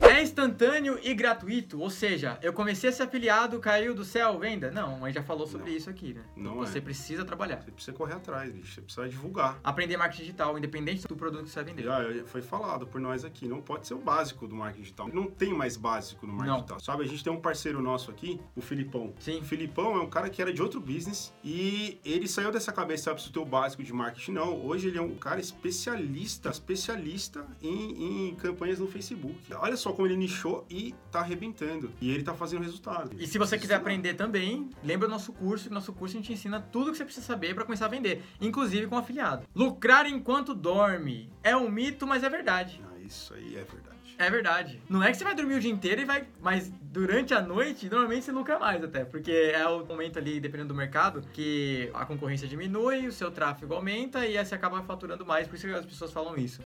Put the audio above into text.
É instantâneo e gratuito, ou seja, eu comecei a ser afiliado, caiu do céu, venda? Não, a gente já falou sobre Não. isso aqui, né? Então Não você é. precisa trabalhar. Você precisa correr atrás, bicho. Você precisa divulgar. Aprender marketing digital, independente do produto que você vai vender. Já foi falado por nós aqui, não pode ser o básico do marketing digital. Não tem mais básico no marketing Não. digital. Sabe, a gente tem um parceiro nosso aqui, o Filipão. Sim. O Filipão é um cara que era de outro business e ele saiu dessa cabeça, sabe, se o teu básico de marketing não. Hoje ele é um cara especialista, especialista em, em campanhas no Facebook. Olha só como ele nichou e tá arrebentando. E ele tá fazendo resultado. E se você quiser Isso não. aprender também, lembra do nosso curso, que nosso curso a gente ensina tudo que você precisa saber para começar a vender, inclusive com afiliado. Lucrar enquanto dorme é um mito, mas é verdade. Ah, isso aí é verdade. É verdade. Não é que você vai dormir o dia inteiro e vai. Mas durante a noite, normalmente você lucra mais até. Porque é o momento ali, dependendo do mercado, que a concorrência diminui, o seu tráfego aumenta e aí você acaba faturando mais. Por isso que as pessoas falam isso.